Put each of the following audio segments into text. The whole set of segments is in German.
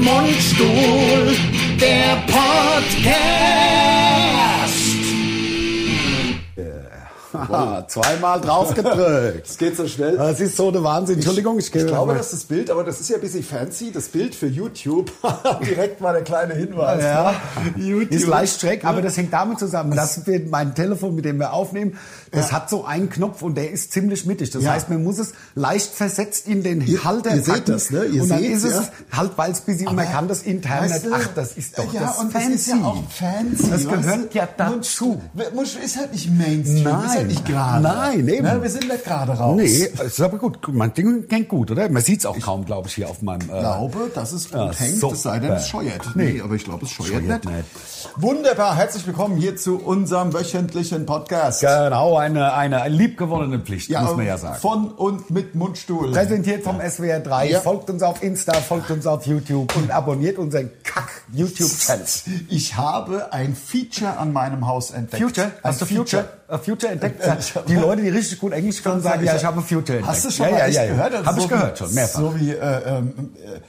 Mundstuhl, der Podcast. Aha, zweimal draufgedrückt. Ah, Es Oh. geht so schnell. Das ist so eine Wahnsinn. Entschuldigung, ich, Ich glaube, mal- dass das Bild, aber das ist ja ein bisschen fancy, das Bild für YouTube. Direkt mal der kleine Hinweis. ja, YouTube. ne? ist leicht schräg, aber das hängt damit zusammen, dass wir mein Telefon, mit dem wir aufnehmen, das hat so einen Knopf und der ist ziemlich mittig. Das Ja. heißt, man muss es leicht versetzt in den Ihr- Halter ihr seht packen das, ne? Ihr und dann seht, ist es ja. halt, weil es busy und man Aber, kann das intern weißt nicht. du, Ach, das ist doch ja, das und fancy. Das ist ja auch Das fancy. weißt gehört du? ja dazu. Mundstuhl- We- Mundstuhl ist halt nicht Mainstream, ist Nein. halt nicht gerade. Nein, eben. Ne, wir sind nicht gerade raus. Nee, ist aber gut. Mein Ding hängt gut, oder? Man sieht es auch kaum, glaube ich, hier auf meinem. Äh, Ich glaube, dass es gut Ja, hängt, Ah, super. es sei denn, es scheuert. Nee, aber ich glaube, es scheuert, Scheuert nicht. nicht. Wunderbar, herzlich willkommen hier zu unserem wöchentlichen Podcast. Genau, eine, eine liebgewonnene Pflicht, muss man ja sagen. Von und mit Mundstuhl. Präsentiert vom SWR 3. Ja. Folgt uns auf Insta, folgt uns auf YouTube und abonniert unseren Kack-YouTube-Channel. Ich habe ein Feature an meinem Haus entdeckt. Future? Ein Hast du Future? Äh, Future entdeckt? Äh, ich hab- Die Leute, die richtig gut Englisch können, sagen, ja, ich habe Future entdeckt. Hast du schon ja, mal ja, echt ja, ja. gehört? Also Habe so ich wie- gehört, schon mehrfach. So wie äh, ähm, äh,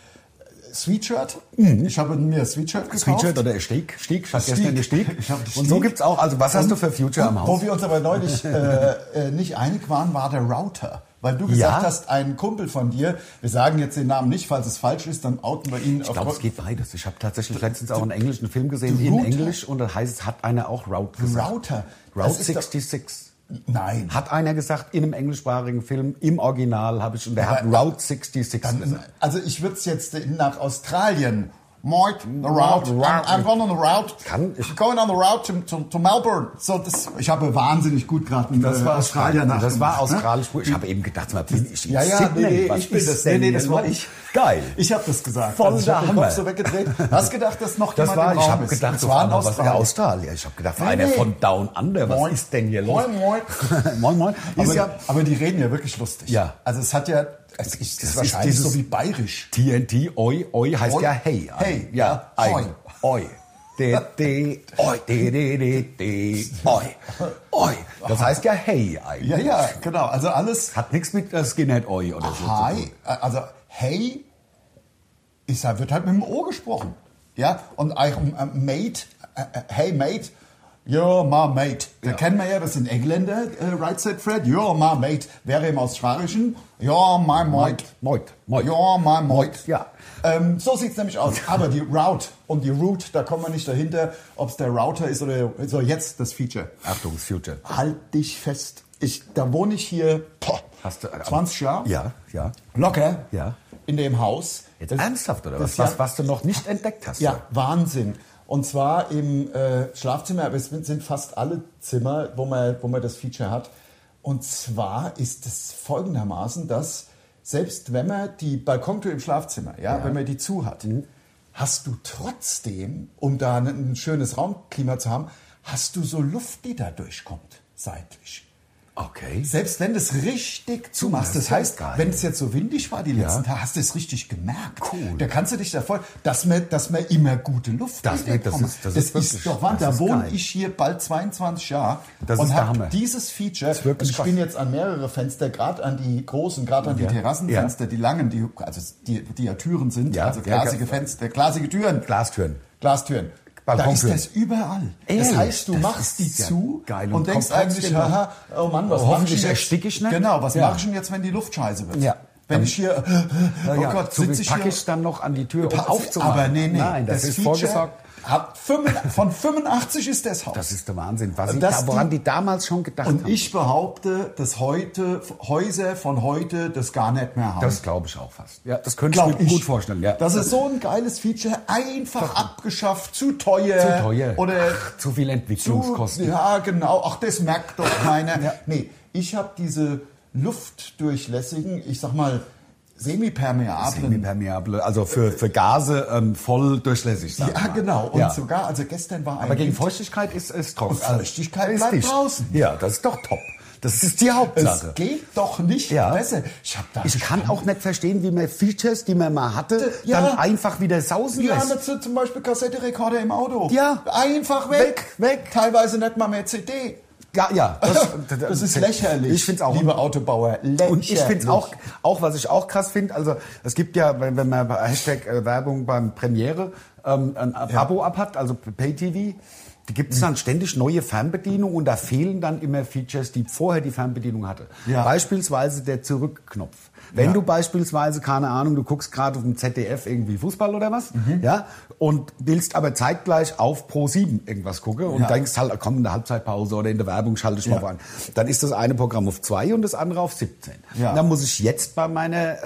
Sweatshirt. Ich habe mir ein Sweatshirt gekauft. Mhm. Sweatshirt oder Stieg? Stieg, ich hatte Stieg. gestern die Stieg. Ich hab die Und so Stieg. gibt's auch, also was hast du für Future am Wo Haus? wir uns aber neulich äh, äh, nicht einig waren, war der Router. Weil du Ja? gesagt hast, ein Kumpel von dir, wir sagen jetzt den Namen nicht, falls es falsch ist, dann outen wir ihn. Ich glaube, es geht beides. Ich habe tatsächlich letztens auch einen englischen Film gesehen, du in Router? Englisch, und da heißt es, hat einer auch Route gesagt. Router? Das Route ist doch- 66. Nein. Hat einer gesagt, in einem englischsprachigen Film, im Original habe ich, und der hat Route 66 gesagt. Also ich würde es jetzt nach Australien. Mort, the route. I'm, I'm going on the route. Kann ich- Going on the route to, to, to Melbourne. So, das, ich habe wahnsinnig gut gerade einen Das war Australien. Australier Das war nachgemacht, ne? australisch. Ich habe eben gedacht, mal bin ich in Ja, ja, Sydney? nee, nee, Was ich bin ist das- denn nee, nee, hier das war los? ich. Geil. Ich habe das gesagt. also Voll ich hab der den Kopf Hammer. so weggedreht. Hast gedacht, dass noch das jemand war, im ich Raum habe ist. gedacht, das das war war in was Australien. der Australier. Ich habe gedacht, war Nee, einer nee. von Down Under. Was Moin. ist denn hier los? Moin, moin. moin, moin. Ist Aber ja, aber die reden ja wirklich lustig. Ja. Also es hat ja, es ist, ist wahrscheinlich dieses- so wie bayerisch. TNT, oi, oi heißt Oi. ja hey. also. Hey, ja, ja, ein, oi. De, de, oi, de, de, de, de, oi, oi. Das heißt ja hey eigentlich. Ja, ja, genau. Also alles Hat nichts mit äh, Skinhead oi oder so zu tun. hi, also hey, ich sag, wird halt mit dem O gesprochen. Ja, und auch ähm, ähm, mate, äh, äh, hey mate, you're my mate. Da kennen wir ja, das sind Engländer, äh, right said Fred, you're my mate. Wäre im Australischen, you're my mate. Moit, moit. You're my mate. Ja. Ähm, so sieht's nämlich aus. Aber die Route und die Route, da kommen wir nicht dahinter, ob's der Router ist oder so jetzt das Feature. Achtung, Future. Halt dich fest. Ich, da wohne ich hier boah, Hast du- äh, ähm, 20 Jahre. Ja, ja. Locker. Ja. In dem Haus. Jetzt ernsthaft, oder das was? Jahr- was? Was du noch nicht entdeckt hast. Ja, Wahnsinn. Und zwar im äh, Schlafzimmer, aber es sind fast alle Zimmer, wo man, wo man das Feature hat. Und zwar ist es folgendermaßen, dass selbst wenn man die Balkontür im Schlafzimmer, ja, wenn man die zu hat, Mhm. hast du trotzdem, um da ein, ein schönes Raumklima zu haben, hast du so Luft, die da durchkommt, seitlich. Okay. Selbst wenn du es richtig zumachst, das das ist ja heißt, geil. wenn es jetzt so windig war die letzten Tage, hast du es richtig gemerkt. Cool. Da kannst du dich da voll, dass man, dass man immer gute Luft Das- kriegt. das ist- das ist wirklich- doch Wahnsinn. das Da ist wohne geil. ich hier bald 22 Jahre Das ist und der habe Hammer. dieses Feature. ist wirklich Und ich bin jetzt an mehrere Fenster, gerade an die großen, gerade an Ja. die Terrassenfenster, die langen, die, also die, die ja Türen sind, Ja. also Ja, glasige ja. Fenster, glasige Türen, Glastüren. Glastüren. Da ist Balkontüren. das überall. Ehrlich? Das heißt, du Das machst die ist ja zu geil. und, Und denkst kommt eigentlich, trotzdem noch- haha, oh Mann, was Aber mach ich hoffentlich jetzt? erstick ich nicht. Genau, was Ja. mache ich denn jetzt, wenn die Luft scheiße wird? Ja. Wenn ich hier, oh ja, Gott, so sitze ich packe hier. ich dann noch an die Tür, um Pa- aufzumachen. Aber nee, nee. Nein, das, ist Feature vorgesagt. Hat 85 von 85 ist das Haus. Das ist der Wahnsinn, was Und sie das da, woran die- die, damals schon gedacht und haben. ich behaupte, dass heute Häuser von heute das gar nicht mehr haben. Das glaube ich auch fast. Ja, das könnte Glaub ich mir gut vorstellen. Ja. Das ist so ein geiles Feature, einfach abgeschafft, zu teuer. zu teuer. äh, Oder Ach, zu viel Entwicklungskosten. Ja, genau. Ach, das merkt doch keiner. Ja. Nee, ich habe diese luftdurchlässigen, ich sag mal, semipermeablen. Semipermeable, also für, für Gase ähm, voll durchlässig. sagen wir ja, mal. genau. Und Ja. sogar, also gestern war ein... Aber gegen Wind- Feuchtigkeit ist es trocken. Und Feuchtigkeit Ist bleibt dicht. draußen. Ja, das ist doch top. Das ist die Hauptsache. Es geht doch nicht Ja. besser. Ich habe da... Ich kann auch nicht verstehen, wie man Features, die man mal hatte, Ja. dann einfach wieder sausen Wir haben lässt. jetzt so zum Beispiel Kassettenrekorder im Auto. Ja. Einfach weg. Weg, weg. Teilweise nicht mal mehr CD. Ja, ja. Das, Das ist lächerlich. Ich finde es auch. Liebe Autobauer, lächerlich. und ich finde es auch, auch, was ich auch krass finde, also es gibt ja, wenn, wenn man bei Hashtag äh, Werbung beim Premiere ähm, ein Abo abhat, also Pay-TV, da gibt es Mhm. dann ständig neue Fernbedienungen und da fehlen dann immer Features, die vorher die Fernbedienung hatte. Ja. Beispielsweise der Zurückknopf. Wenn Ja. du beispielsweise, keine Ahnung, du guckst gerade auf dem ZDF irgendwie Fußball oder was, Mhm. ja, und willst aber zeitgleich auf Pro 7 irgendwas gucken und Ja. denkst halt, komm, in der Halbzeitpause oder in der Werbung schalte ich mal Ja. an. Dann ist das eine Programm auf 2 und das andere auf 17. Ja. Dann muss ich jetzt bei meiner äh,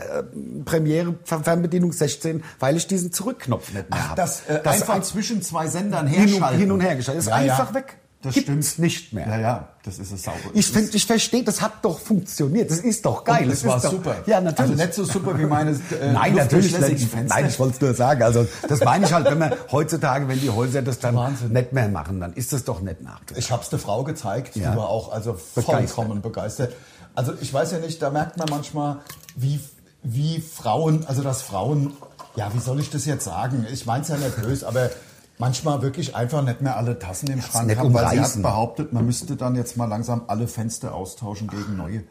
Premiere Fer- Fernbedienung 16, weil ich diesen Zurückknopf nicht mehr habe. das, äh, Das einfach ein- zwischen zwei Sendern hin und, herschalten. hin und her geschaltet. Ist Ja, ja. einfach weg. Das Gibt's stimmt. nicht mehr. Ja, ja, das ist es sauber. Ich, find- ich verstehe, das hat doch funktioniert. Das ist doch geil. Und das es Oh, war ist doch, super. Ja, natürlich. Also nicht so super wie meine äh, Nein, natürlich luftdurchlässigen nicht. Fenster. Nein, ich wollte es nur sagen. Also das meine ich halt, wenn man heutzutage, wenn die Häuser das dann Wahnsinn. nicht mehr machen, dann ist das doch nicht nachgedacht. Ich habe es der Frau gezeigt, Ja. die war auch also Begeistert. vollkommen begeistert. Also ich weiß ja nicht, da merkt man manchmal, wie, wie Frauen, also dass Frauen, ja, wie soll ich das jetzt sagen? Ich meine es ja nicht böse, aber manchmal wirklich einfach nicht mehr alle Tassen im Schrank nicht haben, weil sie hat umreißen. behauptet, man müsste dann jetzt mal langsam alle Fenster austauschen gegen neue.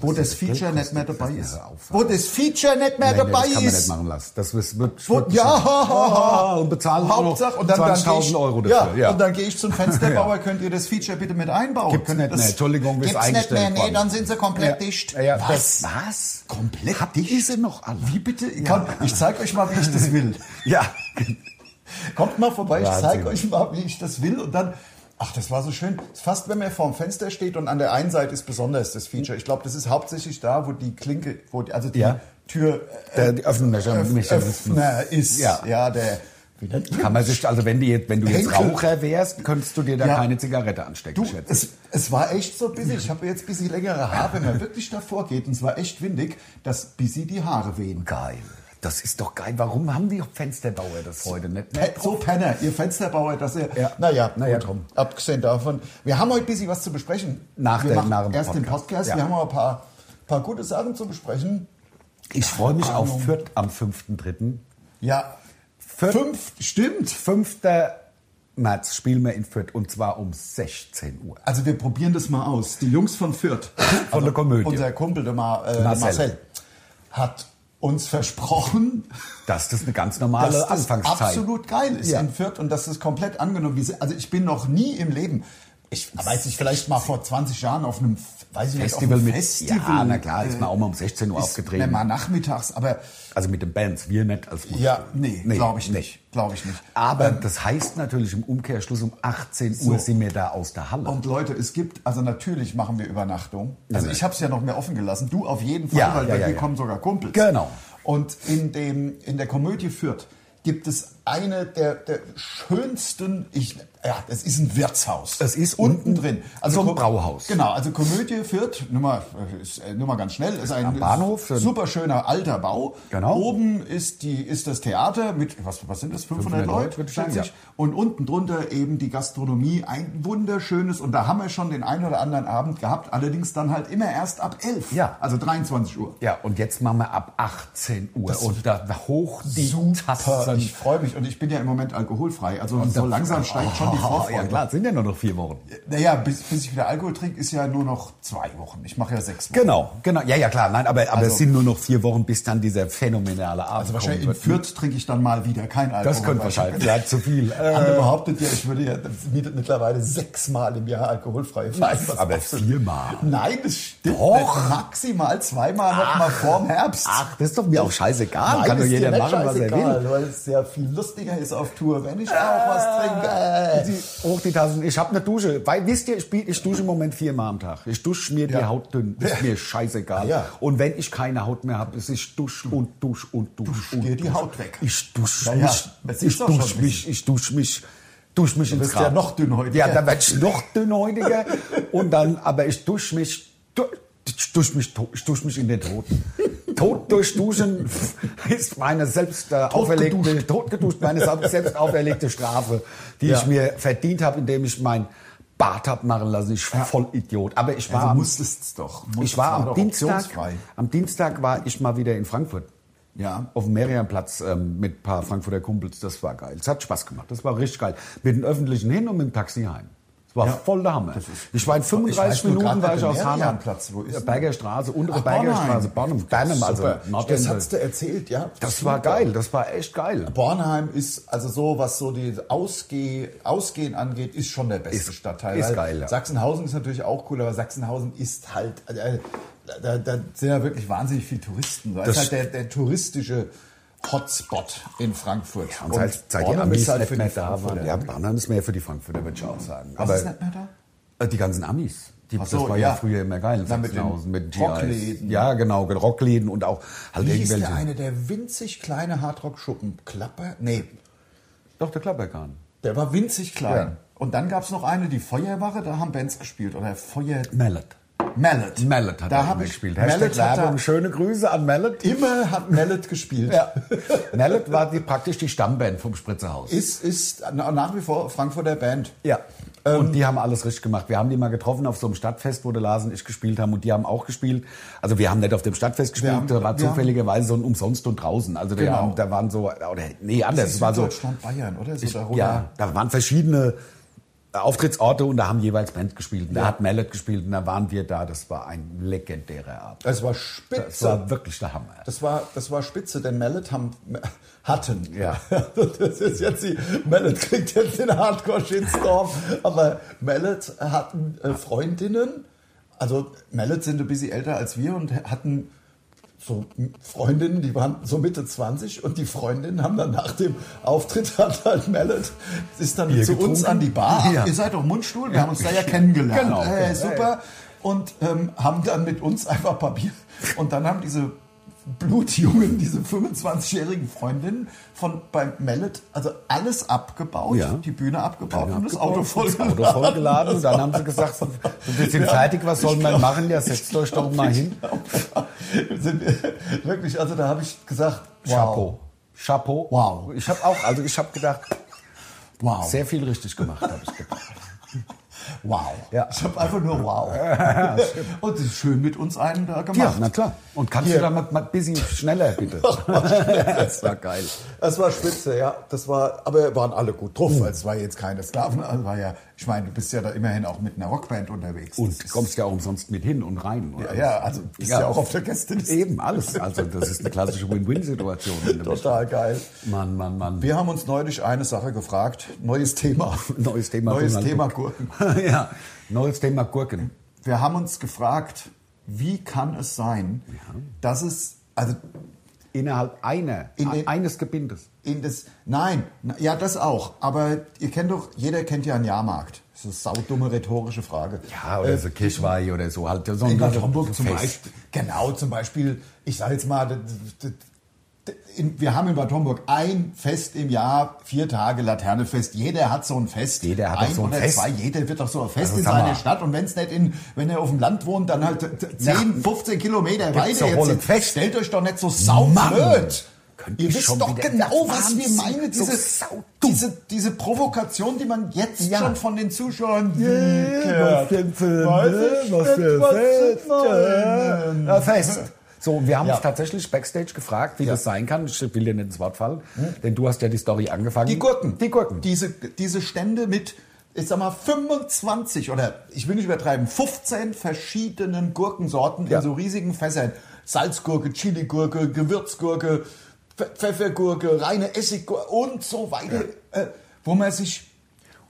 Wo was das das Feature Geld nicht mehr kostet, dabei das ist. wäre auf. Wo das Feature nicht Nee, mehr nee, dabei das kann man nicht ist. machen lassen. Das wird, wird, Wo- wird ja, ha, ha, ha. und bezahlen auch noch Hauptsache, und dann, dann geh 20.000 ich, Euro dafür. Ja, und dann gehe ich zum Fensterbauer, könnt ihr das Feature bitte mit einbauen? Gibt's Könnt ihr nicht das- mehr, Entschuldigung, ist gibt's nicht eingestellt mehr, nee, worden. dann sind sie komplett dicht. Ja, ja, Was? Das, was? Komplett Habt ihr sie noch alle? Wie bitte? Ich, kann, ich zeig euch mal, wie ich das will. Ja. Kommt mal vorbei, ich Wahnsinn. zeig euch mal, wie ich das will und dann... Ach, das war so schön. Es ist fast, wenn man vorm Fenster steht und an der einen Seite ist besonders das Feature. Ich glaube, das ist hauptsächlich da, wo die Klinke, wo die, also die Ja. Tür Der, die Öffnungsmechanismus. Öff- Öffner ist. Ja. ja der, wie nennt man Kann man sich, also wenn, die jetzt, wenn du jetzt Henkel. Raucher wärst, könntest du dir da Ja. keine Zigarette anstecken, Du, schätze ich. es, es war echt so busy. Ich habe jetzt ein bisschen längere Haare, wenn man wirklich davor geht. Und es war echt windig, dass busy die Haare wehen. Geil. Das ist doch geil. Warum haben die Fensterbauer das heute nicht ne? Pe- mehr? So Penner, ihr Fensterbauer, dass ihr... Ja. Naja, Naja, gut. komm. abgesehen davon. Wir haben heute ein bisschen was zu besprechen. Nach wir der- machen nach dem erst den Podcast. Podcast. Ja. Wir haben auch ein paar, paar gute Sachen zu besprechen. Ich freue mich Ahnung. auf Fürth am 5.3. Ja, Fürth- fünf, stimmt. 5. März spielen wir in Fürth und zwar um 16 Uhr. Also wir probieren das mal aus. Die Jungs von Fürth. Also Von der Komödie. Unser Kumpel, der Ma, äh, Marcel. Marcel. hat uns versprochen, Dass das eine ganz normale dass das Anfangszeit absolut geil ist Ja. in Fürth und dass das komplett angenommen wird. Also ich bin noch nie im Leben, ich weiß nicht, vielleicht mal vor 20 Jahren auf einem, weiß ich nicht, auf Festival einem mit. Festival. Ja, na klar, ist man auch mal um 16 Uhr ist aufgetreten. man Mal nachmittags, aber Also mit den Bands, wir nicht als Musiker. ja, nee, glaube ich nicht. Ähm, Glaube ich nicht. Aber das heißt natürlich im Umkehrschluss um 18 Uhr sind wir da aus der Halle. Und Leute, es gibt, also natürlich machen wir Übernachtung. Also Ja. ich habe es ja noch mehr offen gelassen. Du auf jeden Fall, Ja, weil ja, bei ja, dir ja. kommen sogar Kumpels. Genau. Und in, dem, in der Komödie Fürth gibt es eine der, der schönsten, ich, ja, das ist ein Wirtshaus. Es ist unten unten drin. so ein Ko- Brauhaus. Genau, also Komödie Fürth, nur mal, ist, äh, nur mal ganz schnell, ist ein Am Bahnhof, so ein- super schöner alter Bau. Genau. Oben ist, die, ist das Theater mit, was, was sind das, 500, 500 Leute, Leute, würde ich sagen, schätze ich. ja. Und unten drunter eben die Gastronomie, ein wunderschönes, und da haben wir schon den einen oder anderen Abend gehabt, allerdings dann halt immer erst ab 11, Ja. also 23 Uhr. ja, und jetzt machen wir ab 18 Uhr und da hoch die Tasten. Oh, Ich freue mich und ich bin ja im Moment alkoholfrei, also so da- langsam steigt schon die Oh, ja Vorfreude. klar, sind ja nur noch vier Wochen. naja, bis, bis ich wieder Alkohol trinke, ist ja nur noch zwei Wochen. Ich mache ja sechs Wochen. Genau, genau. Ja, ja, klar. Nein, aber, aber Also- es sind nur noch vier Wochen, bis dann dieser phänomenale Abend Also wahrscheinlich in kommen wird. Fürth trinke ich dann mal wieder kein Alkohol. Das könnte weil ich- wahrscheinlich. Ja, zu viel. Anne Äh, behauptet ja, ich würde ja mietet mittlerweile sechsmal im Jahr alkoholfreie Nein, was aber absolut- viermal. Nein, das stimmt. Doch. Maximal zweimal nochmal vorm Herbst. ach, das ist doch mir auch scheißegal. Nein, Kann doch ist dir jeder nicht machen, was er scheißegal, will. Weil es ja viel lustiger ist auf Tour, wenn ich auch was trinke. Sie- Ah. Hoch die Tassen. Ich habe eine Dusche. Weil, wisst ihr, ich, spiel, ich dusche im Moment viermal am Tag. Ich dusche mir die Ja. Haut dünn. Ist mir scheißegal. Ja. Und wenn ich keine Haut mehr habe, ist ich dusch und dusch und dusch. Dusch und dir die dusch. Haut weg. Ich dusche Na ja, das mich. ist Ich doch schon dusche ein mich. Ich dusche mich. Dusch mich ins bist Grab. ja noch dünnhäutiger. Ja, dann werd ich noch dünnhäutiger. und dann, aber ich dusche mich. Du, ich dusche mich, to- ich dusche mich in den Tod. Tod durch Duschen ist meine selbst äh, auferlegte, totgeduscht, meine selbst selbst auferlegte Strafe, die Ja. ich mir verdient habe, indem ich mein Bart hab machen lassen. Ich war voll Idiot. Aber ich war, Also am- musstest's doch. Musstest ich war doch am Dienstag, optionsfrei. am Dienstag war ich mal wieder in Frankfurt. Ja. Auf dem Merianplatz ähm, mit ein paar Frankfurter Kumpels. Das war geil. Es hat Spaß gemacht. Das war richtig geil. Mit den Öffentlichen hin und mit dem Taxi heim. Das War voll der Hammer. Ich war in weiß 35 nur Minuten grad war nicht ich den aus Hanau. Meridianplatz. Wo ist denn Berger Straße, untere Ach, Berger Bornheim. Straße, Barnum, Bernheim, also Super. Das Nordinsel. hast du erzählt, ja. Das war Super. geil, das war echt geil. Bornheim ist, also so, was so die Ausgeh, Ausgehen angeht, ist schon der beste Ist- Stadtteil. ist Weil geil, ja. Sachsenhausen ist natürlich auch cool, aber Sachsenhausen ist halt, äh, da, da sind ja wirklich wahnsinnig viele Touristen. Das ist Das halt der, der touristische Hotspot in Frankfurt. Und seit, seit die Bornheim Amis ist halt nicht für mehr die da waren. Frankfurter. Ja, Barnheim ist mehr für die Frankfurter, würde ich auch sagen. Was ist nicht mehr da? Äh, Die ganzen Amis. Die, Ach so, das war ja. ja. früher immer geil. in Na, mit den Sachsenhausen, GIs. Rockläden. Ja, genau, mit Rockläden und auch halt Wie hieß irgendwelche. der eine, der winzig kleine Hardrock-Schuppen? Klapper? Nee, Doch, der Klapperkahn. der war winzig klein. Ja. Und dann gab es noch eine, die Feuerwache, da haben Bands gespielt. Oder Feuer... Mallet. Mallet. Mallet hat da er hab immer ich gespielt. Mallet hat da, Schöne Grüße an Mallet. immer hat Mallet gespielt. Ja. Mallet war die, praktisch die Stammband vom Spritzerhaus. Ist, ist na- nach wie vor Frankfurter Band. Ja. ähm, und die haben alles richtig gemacht. Wir haben die mal getroffen auf so einem Stadtfest, wo der Lars und ich gespielt haben und die haben auch gespielt. Also wir haben nicht auf dem Stadtfest gespielt, haben- da war wir haben- zufälligerweise so ein Umsonst und draußen. Also Genau. da, haben, da waren so, oder nee, anders. Es war so, Deutschland, Bayern, oder? So da runter. ja, da waren verschiedene Auftrittsorte und da haben jeweils Bands gespielt. Und da hat Mallet gespielt und da waren wir da. Das war ein legendärer Abend. Das war Das spitze. war wirklich der Hammer. Das war, das war spitze, denn Mallet haben, hatten. Ja. Das ist jetzt die, Mallet kriegt jetzt den Hardcore-Shitstorm, aber Mallet hatten äh, Freundinnen, also Mallet sind ein bisschen älter als wir und hatten so Freundinnen, die waren so Mitte 20 und die Freundinnen haben dann nach dem Auftritt hat halt Mallet, ist dann Bier zu uns getrunken? an die Bar. Ja. Ihr seid doch Mundstuhl, wir haben uns da ja kennengelernt. Genau. Hey, Ja, super ja. und ähm, haben dann mit uns einfach Papier. Und dann haben diese Blutjungen, diese 25-jährigen Freundinnen von bei Mallet, also alles abgebaut, Ja. die Bühne abgebaut und das abgebaut, Auto vollgeladen. Auto vollgeladen und dann haben sie gesagt, so ein bisschen fertig, was soll ich man glaub- machen? Ja, setzt euch doch mal hin. Sind wir, wirklich, also da habe ich gesagt, wow, Chapeau. Chapeau. Wow. Ich habe auch, also ich habe gedacht, wow, sehr viel richtig gemacht, habe ich gedacht. wow. Ja. Ich habe einfach nur wow. und sie schön mit uns einen da gemacht. Ja, na klar. Und kannst Hier. du da mal, mal ein bisschen schneller, bitte? das war geil. Das war spitze, ja. Das war, aber waren alle gut drauf, weil es war jetzt keine Sklaven, also war ja, ich meine, du bist ja da immerhin auch mit einer Rockband unterwegs. Das Und ist- kommst ja auch umsonst mit hin und rein. Oder? Ja, ja, also bist ja auch auf der Gästeliste. Eben, alles. Also das ist eine klassische Win-Win-Situation. wenn du bist. total geil. Mann, Mann, Mann. Wir haben uns neulich eine Sache gefragt, neues Thema. Neues Thema Neues Donald Thema Duck. Gurken. ja, neues Thema Gurken. Wir haben uns gefragt, wie kann es sein, dass es, also Innerhalb einer, In den- eines Gebindes. in das, nein, na, ja, das auch, aber ihr kennt doch, jeder kennt ja einen Jahrmarkt. Das ist eine saudumme rhetorische Frage. Äh, Ja, oder so Kirchweih oder so. Halt, so In ein- Bad Homburg zum Fest. Beispiel. Genau, zum Beispiel, ich sage jetzt mal, d- d- d- in, wir haben in Bad Homburg ein Fest im Jahr, vier Tage Laternefest. Jeder hat so ein Fest. Jeder hat ein doch so ein oder Fest. zwei, jeder wird doch so ein Fest Also in sag seiner mal. Stadt. Und wenn es nicht in, wenn er auf dem Land wohnt, dann halt d- d- 10, 15 Kilometer weiter. doch wohl ein sind. Fest. Stellt euch doch nicht so saumblöd. Könnt Ihr ich wisst schon doch wieder- genau, Das was wir Wahnsinn. meinen. So Diese, saudumm. diese, diese Provokation, die man jetzt Ja. schon von den Zuschauern Was denn für ne? ne? was für Fest? Ja, Fest. So, wir haben Ja. uns tatsächlich backstage gefragt, wie das sein kann. Ich will dir nicht ins Wort fallen, denn du hast ja die Story angefangen. Die Gurken. Die Gurken. Diese, diese Stände mit, ich sag mal, 25 oder ich will nicht übertreiben, 15 verschiedenen Gurkensorten Ja. in so riesigen Fässern. Salzgurke, Chiligurke, Gewürzgurke, Pfe- Pfeffergurke, reine Essiggurke und so weiter. Äh, wo man sich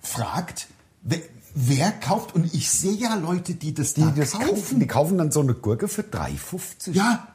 fragt, wer, wer kauft? Und ich sehe ja Leute, die das da die das kaufen. Die kaufen dann so eine Gurke für 3,50. ja,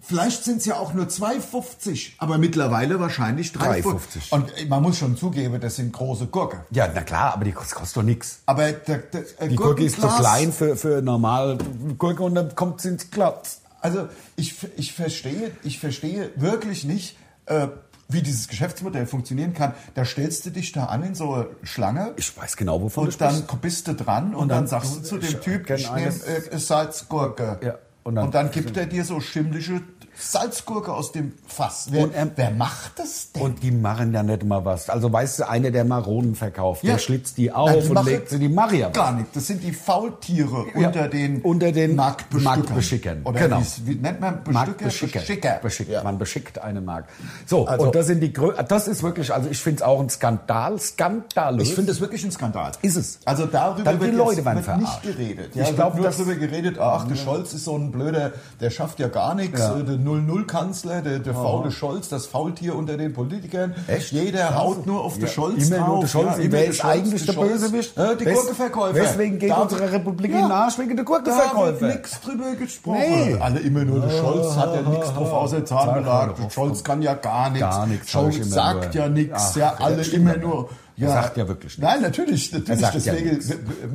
vielleicht sind es ja auch nur 2,50, aber mittlerweile wahrscheinlich 3,50. 3,50. Und äh, man muss schon zugeben, das sind große Gurke. Ja, na klar, aber die kost- kostet doch nichts. Aber der, der, äh, Die Gurke ist zu Gurkenglas- klein für, für normal Gurke und dann kommt sie ins Klotz. Also ich, ich, verstehe, ich verstehe wirklich nicht, äh, wie dieses Geschäftsmodell funktionieren kann. Da stellst du dich da an in so eine Schlange. Ich weiß genau, wovon du und dann bist du dran und, dann, dann- sagst du zu Ich dem Typ, kenn ich nehme eines- äh, Salzgurke. Ja. Und dann, gibt er dir so schimmlische Salzgurke aus dem Fass. Wer, Und, ähm, wer macht das denn? Und die machen ja nicht mal was. Also weißt du, einer, der Maronen verkauft, Ja. der schlitzt die Nein, auf die und machen legt sie, die machen ja was. Gar nicht. Das sind die Faultiere Ja. unter den, Unter den Marktbestückern. Marktbeschickern. Oder Genau. wie's- wie nennt man Mark Bestücker? beschicken. Beschicker. Beschickt. Ja. Man beschickt eine Mark. So, Also- und das sind die Grö Das ist wirklich, also ich finde es auch ein Skandal. Skandalös. Ich finde das wirklich ein Skandal. Ist es. Also darüber Dann die wird, Leute jetzt, werden wird nicht verarscht. geredet. Ich glaub, wird das- nur darüber geredet, ach, der Scholz ist so ein blöder, der schafft ja gar nichts, Ja. äh, der Null-Null-Kanzler, der, der faule Scholz, das Faultier unter den Politikern. Echt? Jeder haut nur auf den Ja, Scholz immer nur drauf. der Scholz. immer wer der ist Scholz, eigentlich der der Scholz. Bösewicht? Äh, die Des- Gurkenverkäufer. Deswegen geht Da- unsere Republik Ja. in Arsch wegen der Da Gurkenverkäufer. wird nichts drüber gesprochen. Nee. Alle immer nur, der Scholz hat ja nichts drauf außer Zahnbelag. Der Scholz kann ja gar nichts. halt Gar nichts, sag ich Scholz immer sagt nur. ja nichts. Ach, Ja, ja, alle stimmt immer aber. nur. Er sagt ja wirklich nichts. Nein, natürlich. natürlich sagt ja deswegen nichts.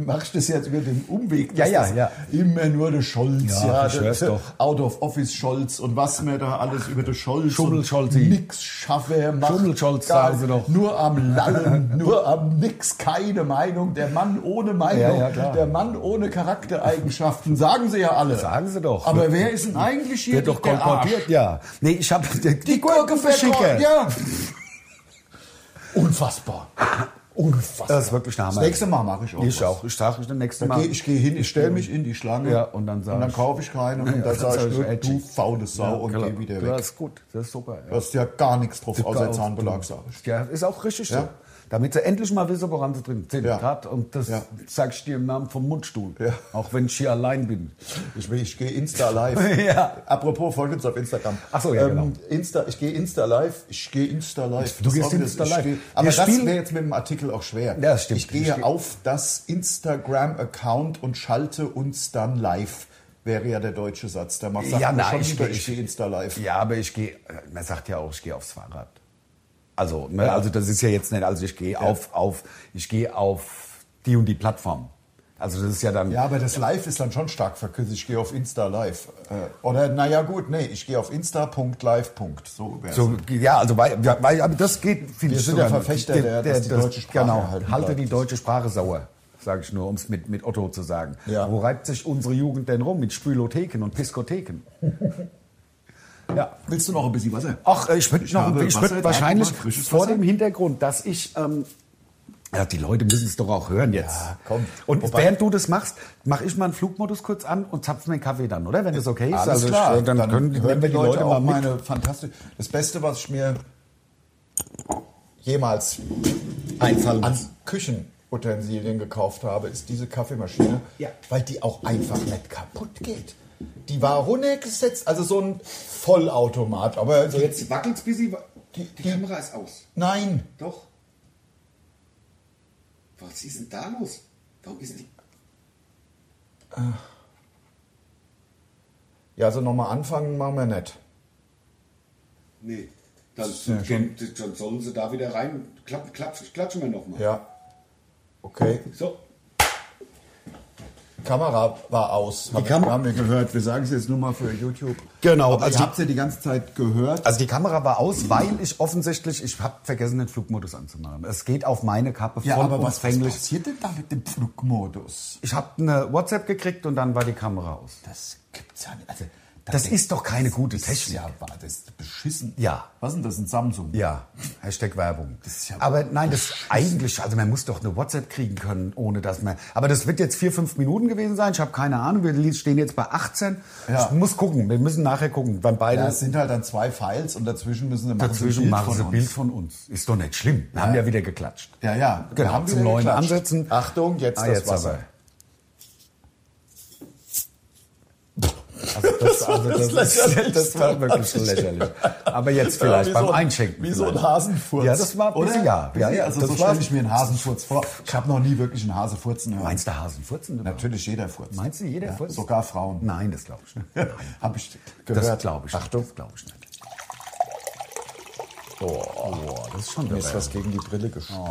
mache ich das jetzt über den Umweg. Ja, dass ja, das ja. Immer nur der Scholz. Ja, ich der- hör's doch. Out of Office Scholz und was mir da alles über den Scholz. Schummel und Scholzi. Nix schaffe er macht. Schummel Scholz, gar- sagen sie doch. Nur am Lallen, nur am Nix, keine Meinung. Der Mann ohne Meinung. Ja, ja, klar. Der Mann ohne Charaktereigenschaften, sagen sie ja alle. Sagen sie doch. Aber wer ist denn eigentlich hier Wird doch der konkordiert, Arsch? ja. Nee, ich habe die, Die Gurke verkauft, Gurkenverkäufer. ja. Unfassbar. Unfassbar. Das ist wirklich der Hammer. Das nächste Mal mache ich auch Ich was. auch. Ich sage ich das nächste Da Mal. geh, ich gehe hin, ich stelle mich in die Schlange Ja, und dann sag und dann ich- kaufe ich keine und dann sag sage ich nur, Edgy. du faule Sau und klar. geh wieder Ja, weg. ist gut. Das ist super. Du hast ja gar nichts drauf, außer aus- Zahnbelag, sage ich. Ja, ist auch richtig Ja. so. Damit sie endlich mal wissen, woran sie drin sind. Ja. Grad, und das Ja. sag ich dir im Namen vom Mundstuhl. Ja. Auch wenn ich hier allein bin. Ich, will- ich gehe Insta live. Ja. Apropos, folgt uns auf Instagram. Ähm, Ach so, ja, genau. Insta, ich gehe Insta live. Ich gehe Insta live. Du gehst Sorry, das- Insta ich live. gehe- Wir Aber das spielen- wäre jetzt mit dem Artikel auch schwer. Ja, das stimmt. Ich Ich gehe gehe- auf das Instagram-Account und schalte uns dann live. Wäre ja der deutsche Satz. Da macht sagt Ja, man nein, schon ich lieber, gehe- ich gehe Insta live. Ja, aber ich gehe, man sagt ja auch, ich gehe aufs Fahrrad. Also, ne, also das ist ja jetzt nicht, also ich gehe auf, auf, ich gehe auf die und die Plattform. Also das ist ja dann, Ja, aber das Live ist dann schon stark verkürzt. Ich gehe auf Insta live. Äh, Oder naja gut, nee, ich gehe auf Insta.live. So wär's. so, ja, also weil, ja, weil aber das geht viel Wir sind ja Verfechter der- dass die deutsche Sprache halt Genau, erhalten halte bleibt. die deutsche Sprache sauer, sage ich nur, um es mit, mit Otto zu sagen. Ja. Wo reibt sich unsere Jugend denn rum? Mit Spülotheken und Piskotheken. ja. Willst du noch ein bisschen Wasser? Ach, äh, ich würde Ich noch, habe ich Wasser würd da, wahrscheinlich guck mal, frisches vor Wasser. dem Hintergrund, dass ich, ähm, ja, die Leute müssen es doch auch hören jetzt. Ja, komm. Und Wobei- während du das machst, mache ich mal einen Flugmodus kurz an und zapf mir einen Kaffee dann, oder? Wenn das okay ist. Alles Also ich- klar. dann, können hören nehmen wir die Leute, auch mal mit. meine fantastische. Das Beste, was ich mir jemals Einfallen an Küchenutensilien gekauft habe, ist diese Kaffeemaschine, Ja. weil die auch einfach nicht kaputt geht. Die war runtergesetzt, also so ein Vollautomat, aber so jetzt wackelt's bis sie... Die- die Kamera ist aus. nein. Doch. Was ist denn da los? Warum ist die... Ja, also nochmal anfangen machen wir nicht. Nee. Dann, ja dann- schon- sollen sie da wieder rein. Klapp, klatschen wir nochmal. Ja. Okay. So. Kamera war aus. Hab- Kam- haben wir gehört. Wir sagen es jetzt nur mal für YouTube. Genau, Aber also ihr die- habt ja die ganze Zeit gehört. Also die Kamera war aus, weil ich offensichtlich, ich habe vergessen, den Flugmodus anzumachen. Es geht auf meine Kappe Ja, aber was, was vollumfänglich. passiert denn da mit dem Flugmodus? ich habe eine WhatsApp gekriegt und dann war die Kamera aus. Das gibt's ja nicht. Also, Das ist doch keine gute das Technik. Ist ja, wahr. das ist beschissen. Ja. Was ist denn das? Ein Samsung? Ja, Hashtag Werbung. ist ja aber nein, das eigentlich, also man muss doch eine WhatsApp kriegen können, ohne dass man. Aber das wird jetzt vier, fünf Minuten gewesen sein. Ich habe keine Ahnung. Wir li- stehen jetzt bei 18. Ja. Ich muss gucken. Wir müssen nachher gucken, wann beide. Ja, es sind halt dann zwei Files und dazwischen müssen sie machen Dazwischen sie ein Bild machen sie von ein uns. Bild von uns. Ist doch nicht schlimm. Wir haben ja wieder geklatscht. Ja, ja. Genau, Wir haben zum wieder neuen geklatscht. Ansetzen. Ah, Achtung, jetzt das Wasser. Also das, also das, Das ist lächerlich. das war wirklich lächerlich. Aber jetzt vielleicht Ja, Äh, wie beim so ein- Einschenken. Wie so ein vielleicht. Hasenfurz. Ja, das war ein bisschen, ja. ja, ja also das so war- stelle ich mir einen Hasenfurz vor. Ich habe noch nie wirklich einen Hasefurzen gehört. Meinst du Hasenfurzen? überhaupt? Natürlich jeder Furz. Meinst du, jeder ja, furzt? Sogar Frauen. Nein, das glaube ich nicht. Nein. Habe ich gehört. Das glaube ich Achtung. nicht. Das glaube ich nicht. Oh, das ist schon Mir ist dabei. was gegen die Oh. Brille gespritzt.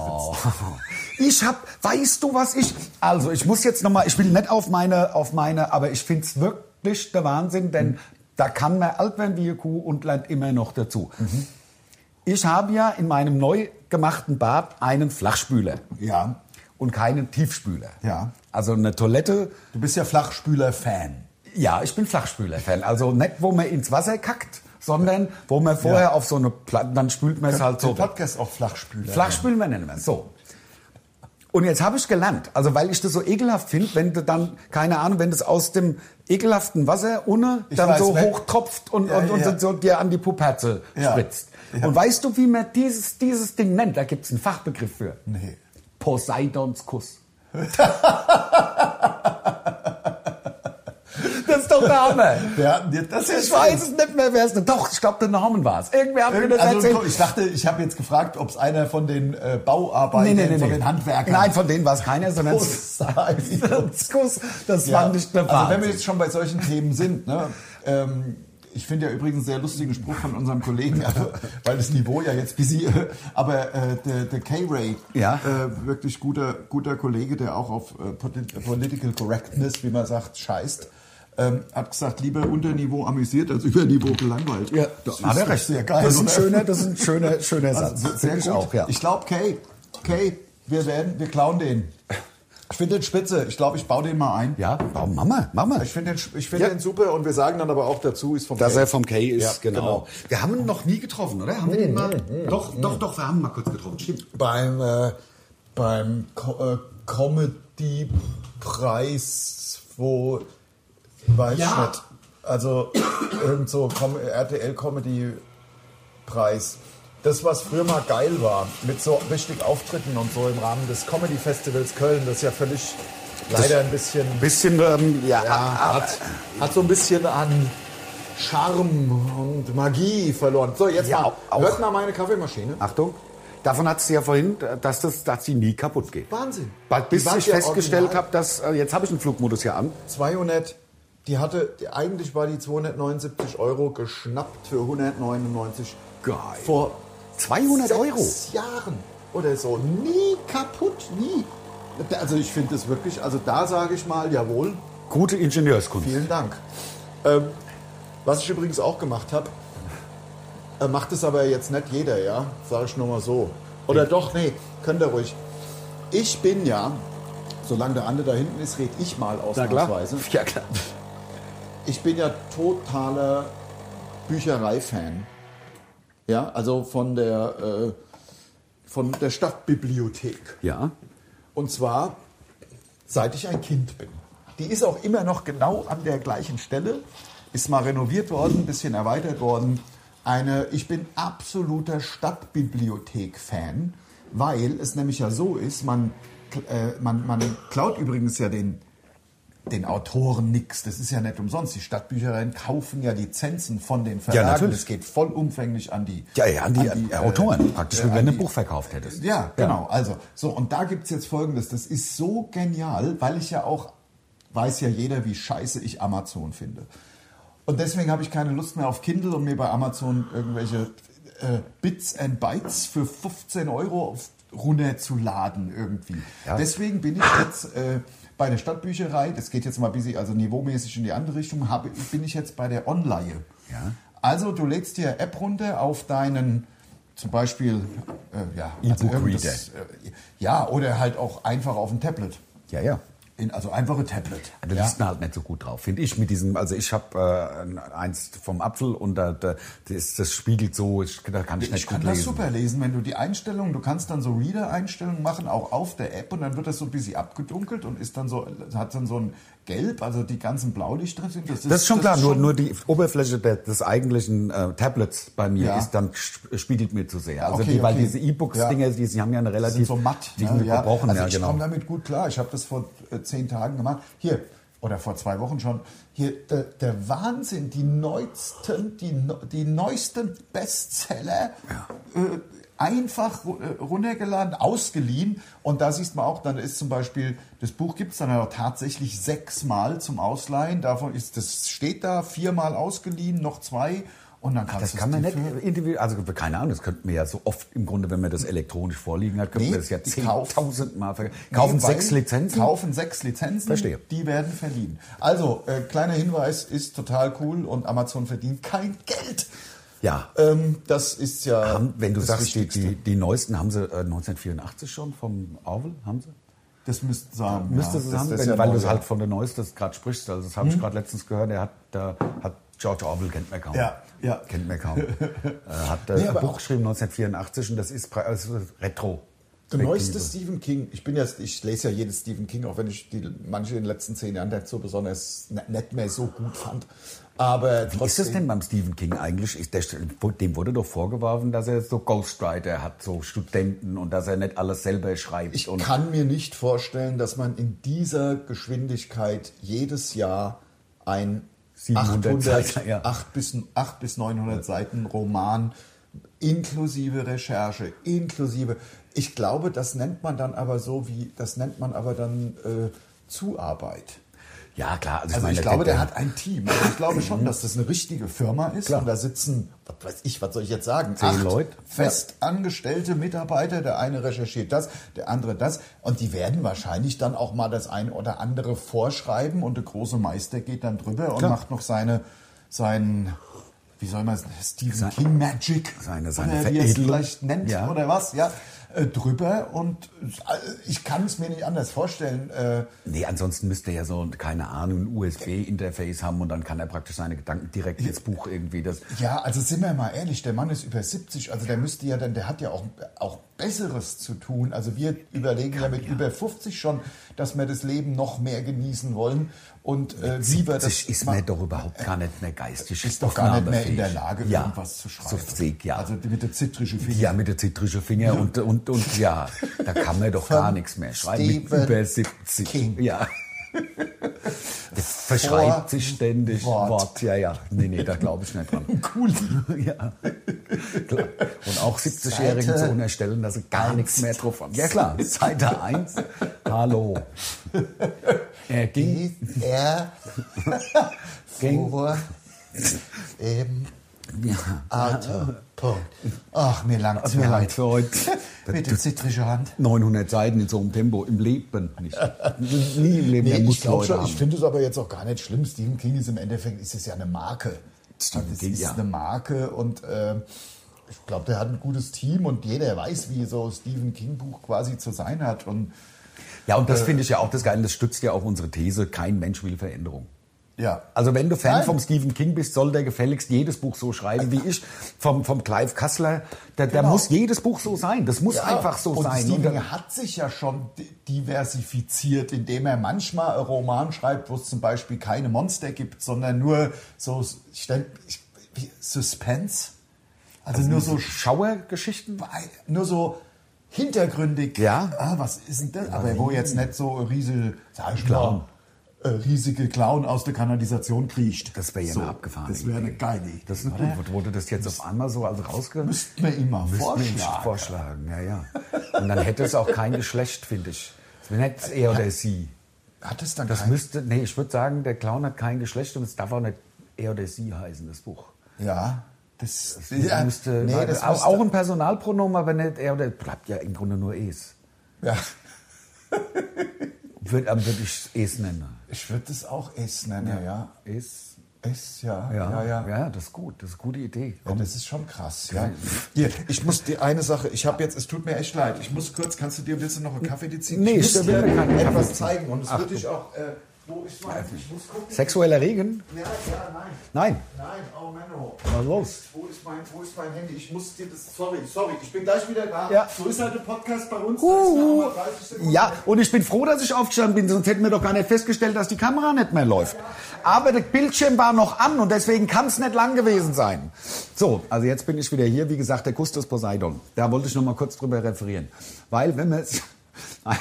Ich hab, weißt du was ich, also ich muss jetzt nochmal, ich will nicht auf meine, auf meine, aber ich find's wirklich der Wahnsinn, denn da kann man alt werden wie eine Kuh und lernt immer noch dazu. Ich habe ja in meinem neu gemachten Bad einen Flachspüler Ja. und keinen Tiefspüler. Ja. Also eine Toilette, Du bist ja Flachspüler-Fan. Ja, ich bin Flachspüler-Fan. Also nicht, wo man ins Wasser kackt, sondern wo man vorher auf so eine Pla dann spült man es halt so. Den Podcast auch Flachspüler. Flachspülen wir nennen wir es. So. Und jetzt habe ich gelernt, also weil ich das so ekelhaft finde, wenn du dann, keine Ahnung, wenn das aus dem ekelhaften Wasser ohne Ich dann weiß, so wenn- hochtropft und, Ja, und, und ja. so dir an die Puperze Ja. spritzt. Ja. Und weißt du, wie man dieses, dieses Ding nennt? Da gibt's einen Fachbegriff für. Nee. Poseidons Kuss. das ist doch der Hammer. Wer hat denn dir das Ich jetzt weiß es nicht mehr, wer es Doch, ich glaube, der Norman war es. Irgendwer hat mir das Also, erzählt. guck, ich dachte, ich habe jetzt gefragt, ob es einer von den äh, Bauarbeitern, von den Handwerkern Nein, von denen war es keiner, sondern Poseidons Kuss. Das Ja. war nicht der Also wenn wir Wahnsinn. jetzt schon bei solchen Themen sind, ne, ähm, ich finde ja übrigens einen sehr lustigen Spruch von unserem Kollegen, aber, weil das Niveau ja jetzt busy, äh, aber äh, der, der K-Ray, Ja. äh, wirklich guter, guter Kollege, der auch auf äh, Polit- Political Correctness, wie man sagt, scheißt, ähm, hat gesagt, lieber Unterniveau amüsiert als Überniveau gelangweilt. Ja, das hat ist er doch recht. sehr geil. das ist ein oder? schöner, das ist ein schöner, schöner Satz. Also, sehr Finde gut. Ich auch, ja. Ich glaube, Kay, Kay, wir werden, wir klauen den. Ich finde den spitze. Ich glaube, ich baue den mal ein. ja, warum Mama, Mama. Ah, Ich finde den, ich find Ja. den super und wir sagen dann aber auch dazu, ist vom Dass Kay. er vom Kay ist, Ja, genau. Wir haben ihn noch nie getroffen, oder? Haben wir den mal? doch, doch, doch, wir haben ihn mal kurz getroffen. Stimmt. Beim, äh, beim Co äh, Comedy-Preis, wo, weiß Ja. nicht, also irgend so Com RTL-Comedy-Preis. Das, was früher mal geil war, mit so richtig Auftritten und so im Rahmen des Comedy-Festivals Köln, das ist ja völlig leider ein bisschen... Bisschen, ähm, ja, Ja, hat, hat so ein bisschen an Charme und Magie verloren. So, jetzt Ja, mal, auch. hört mal meine Kaffeemaschine. Achtung, davon hat sie ja vorhin, dass, das, dass sie nie kaputt geht. Wahnsinn. Ba- Bis Die war ich ja festgestellt original. habe, dass, äh, jetzt habe ich einen Flugmodus hier an. 200, die hatte, die, eigentlich war die 279 Euro geschnappt für 199. Geil. Vor 200 sechs Euro. Jahren oder so. Nie kaputt, nie. Also ich finde das wirklich, also da sage ich mal, jawohl, Gute Ingenieurskunst. Vielen Dank. Ähm, was ich übrigens auch gemacht habe, äh, macht es aber jetzt nicht jeder, ja? Sage ich nur mal so. Oder doch, nee, könnt ihr ruhig. Ich bin ja, solange der andere da hinten ist, red ich mal ausnahmsweise. Ja, klar. Ich bin ja totaler Bücherei-Fan. Ja, also von der, äh, von der Stadtbibliothek. Ja. Und zwar, seit ich ein Kind bin. Die ist auch immer noch genau an der gleichen Stelle, ist mal renoviert worden, ein bisschen erweitert worden. Eine, ich bin absoluter Stadtbibliothek-Fan, weil es nämlich ja so ist, man, äh, man, man klaut übrigens ja den, den Autoren nichts. Das ist ja nicht umsonst. Die Stadtbüchereien kaufen ja Lizenzen von den Verlagen. natürlich. das geht vollumfänglich an die, Ja, ja, an die, an die, äh, Autoren. Praktisch, äh, wie an wenn du die- ein Buch verkauft hättest. ja, genau. Also, so, und da gibt es jetzt folgendes: Das ist so genial, weil ich ja auch, weiß ja jeder, wie scheiße ich Amazon finde. Und deswegen habe ich keine Lust mehr auf Kindle und mir bei Amazon irgendwelche äh, Bits and Bytes für 15 Euro auf- runterzuladen irgendwie. Deswegen bin ich jetzt äh, bei der Stadtbücherei, das geht jetzt mal busy, also niveaumäßig in die andere Richtung, habe, bin ich jetzt bei der Online. Ja. Also du lädst dir App runter auf deinen zum Beispiel äh, ja, E-Book-Reader. irgendwas, äh, ja, oder halt auch einfach auf dem Tablet. Ja, ja. In, also einfache Tablet. Da ja. liest man halt nicht so gut drauf, finde ich. Mit diesem, also ich habe äh, eins vom Apfel und da, da, das, das spiegelt so, ich, da kann ich nicht Ich kann gut das lesen. super lesen, wenn du die Einstellungen, du kannst dann so Reader-Einstellungen machen, auch auf der App und dann wird das so ein bisschen abgedunkelt und ist dann so, hat dann so ein Gelb, also die ganzen Blaulicht drin sind. Das ist schon klar, nur, nur die Oberfläche der, des eigentlichen äh, Tablets bei mir Ja. ist dann sp- spiegelt mir zu sehr. Also okay, die, weil okay. diese E-Books-Dinger, die die haben ja eine relativ sind so matt. die sind gebrochen, Also ja, ich genau. komme damit gut klar. Ich habe das vor äh, zehn Tagen gemacht. Hier, oder vor zwei Wochen schon. Hier, der, der Wahnsinn, die neuesten, die, neu- die neuesten Bestseller äh, einfach ru- äh, runtergeladen, ausgeliehen. Und da siehst man auch, dann ist zum Beispiel, das Buch gibt es dann auch tatsächlich sechsmal zum Ausleihen. Davon ist, das steht da, viermal ausgeliehen, noch zwei. Und dann kannst Das du kann es man dir nicht individuell, also keine Ahnung, das könnten wir ja so oft im Grunde, wenn man das elektronisch vorliegen hat, könnten Nee, wir das ja die kauf- zehntausendmal verkaufen. Kaufen Nee, weil- sechs Lizenzen? Kaufen sechs Lizenzen. Verstehe. Die werden verliehen. Also, äh, kleiner Hinweis, ist total cool und Amazon verdient kein Geld. Ja. Ähm, das ist ja. Haben, wenn du das sagst, die, Wichtigste. die, die neuesten haben sie äh, 1984 schon vom Orwell, haben sie? Das müssten sie haben. Müsste ja. es Das- haben, das ist wenn, ja weil neu, du es ja. halt von der Neueste gerade sprichst. Also das habe ich gerade letztens gehört. Er hat, da hat George Orwell kennt man kaum. Ja, ja. Kennt man kaum. er hat äh, Nee, ein aber Buch auch- geschrieben 1984 und das ist pra- also Retro. Der neueste Stephen King. Ich bin ja, ich lese ja jeden Stephen King, auch wenn ich die, manche in den letzten zehn Jahren nicht so besonders n- nicht mehr so gut fand. Aber Wie ist das denn beim Stephen King eigentlich? Ist der, dem wurde doch vorgeworfen, dass er so Ghostwriter hat, so Studenten und dass er nicht alles selber schreibt. Ich und kann mir nicht vorstellen, dass man in dieser Geschwindigkeit jedes Jahr ein 700 800, Seiten, ja. 8, bis, 8 bis 900 Seiten Roman inklusive Recherche, inklusive. Ich glaube, das nennt man dann aber so wie, das nennt man aber dann äh, Zuarbeit. ja, klar. Also meine, ich glaube, der hat ein Team. Also ich glaube schon, dass das eine richtige Firma ist. Mhm. Klar. Und da sitzen, was weiß ich, was soll ich jetzt sagen? Zehn Leute. fest angestellte Mitarbeiter. Der eine recherchiert das, der andere das. Und die werden wahrscheinlich dann auch mal das ein oder andere vorschreiben. Und der große Meister geht dann drüber und Klar. macht noch seine, sein, wie soll man es, Stephen King Magic. seine- seine oder wie er es Veredelung. vielleicht nennt Ja. oder was, ja. äh, Drüber und äh, ich kann es mir nicht anders vorstellen. Äh, Nee, ansonsten müsste er ja so, keine Ahnung, ein USB-Interface haben und dann kann er praktisch seine Gedanken direkt ins Buch irgendwie. Das, Ja, also sind wir mal ehrlich, der Mann ist über 70, also der müsste ja dann, der hat ja auch, auch Besseres zu tun. Also wir überlegen ja mit über 50 schon, dass wir das Leben noch mehr genießen wollen und äh, lieber das das ist ma- mir doch überhaupt gar nicht mehr geistig. ist doch gar nicht mehr in der aufnahmefähig. Lage, ja. irgendwas zu schreiben. So fähig, ja. Also mit der zitrischen Finger. ja, mit der zitrischen Finger und, und, und ja, da kann man doch gar nichts mehr schreiben. Mit Stephen über 70. King. Ja. Der verschreibt sich ständig. Wort. Wort. Ja, ja. Nee, nee, da glaube ich nicht dran. Cool. Ja, klar. Und auch 70-Jährigen Seite zu unterstellen, dass sie gar eins. nichts mehr drauf haben. Ja, klar. Seite 1. Hallo. Er ging. Ist Er Ging. vor im Ja. Auto. Punkt. Ach, mir langt's mir Leid leid. für heute. Mit der zitrischen Hand. 900 Seiten in so einem Tempo. Im Leben nicht. Nie im Leben. Nee, er muss ich glaube Leute schon, ich haben. finde es aber jetzt auch gar nicht schlimm. Stephen King ist im Endeffekt ist es ja eine Marke. Stephen Also es King, ist halt ja. eine Marke und äh, ich glaube, der hat ein gutes Team und jeder weiß, wie so ein Stephen King Buch quasi zu sein hat. Und Ja, und Äh. das finde ich ja auch das Geile. Das stützt ja auch unsere These. Kein Mensch will Veränderung. ja, Also wenn du Fan Nein. vom Stephen King bist, soll der gefälligst jedes Buch so schreiben wie ich. Vom, vom Clive Kassler, der, der Genau. muss jedes Buch so sein. Das muss ja, einfach so und sein. Stephen Und dann- King hat sich ja schon di- diversifiziert, indem er manchmal einen Roman schreibt, wo es zum Beispiel keine Monster gibt, sondern nur so ich stell, ich, wie- Suspense. Also, nur so Schauergeschichten? bei- nur so hintergründig. Ja. Ah, was ist denn das? Aber wo jetzt nicht so ein riesige, sag ich mal, Clown. äh, riesige Clown aus der Kanalisation kriecht. Das wäre ja so, eine abgefahrene Das wäre eine Idee. geile Idee. Das ist gut. Wo- Wurde das jetzt auf einmal so also rausge... Müssten wir ihm mal Vorschlagen. vorschlagen. vorschlagen, ja, ja. Und dann hätte es auch kein Geschlecht, finde ich. Es wäre nicht er oder sie. Hat es dann Das kein... müsste, nee, ich würde sagen, der Clown hat kein Geschlecht und es darf auch nicht er oder sie heißen, das Buch. Ja. Das, Das müsste, nee, das auch, müsste, auch ein Personalpronomen, aber nicht er oder bleibt ja im Grunde nur es. ja, Würde würd ich es nennen. ich würde es auch es nennen, ja. ja. Es, Es, ja. ja, Ja, ja. das ist gut, das ist eine gute Idee. Ja, das ist schon krass, ja. Hier, ich muss die eine Sache, ich habe jetzt, es tut mir echt leid, ich muss kurz, kannst du dir bitte noch einen Kaffee die ziehen? Nee, ich ich muss dir will keinen etwas Kaffee. zeigen und es Ach, würde du- ich auch, äh, wo ist mein, ich muss gucken. Sexueller Regen? Ja, ja, nein, Nein. nein, oh Menno. Was los? Wo ist, mein, wo ist mein Handy? Ich muss dir das. Sorry, sorry, ich bin gleich wieder da. Ja. So ist halt der Podcast bei uns. Uh, Da ist eine Hour, 30 Sekunden. ja, und ich bin froh, dass ich aufgestanden bin, sonst hätten wir doch gar nicht festgestellt, dass die Kamera nicht mehr läuft. Aber der Bildschirm war noch an und deswegen kann es nicht lang gewesen sein. So, also jetzt bin ich wieder hier, wie gesagt, der Kuss des Poseidon. Da wollte ich noch mal kurz drüber referieren. Weil, wenn man es... Nein,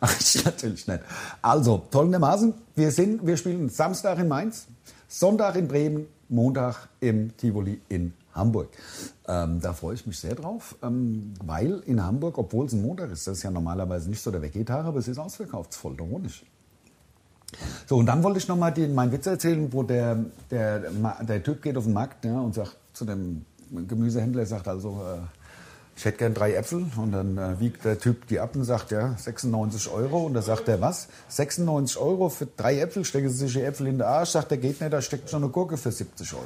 mach ich natürlich nicht. Also, folgendermaßen, wir, sind, wir spielen Samstag in Mainz, Sonntag in Bremen, Montag im Tivoli in Hamburg. Ähm, da freue ich mich sehr drauf, ähm, weil in Hamburg, obwohl es ein Montag ist, das ist ja normalerweise nicht so der Weggehtag, aber es ist ausverkauft, es ist voll ironisch. So, und dann wollte ich nochmal meinen Witz erzählen, wo der, der, der Typ geht auf den Markt ja, und sagt zu dem Gemüsehändler, sagt also, äh, ich hätte gern drei Äpfel. Und dann äh, wiegt der Typ die ab und sagt, ja, 96 Euro. Und da sagt er, was? 96 Euro für drei Äpfel? Stecken Sie sich die Äpfel in den Arsch? Sagt er, geht nicht, da steckt schon eine Gurke für 70 Euro.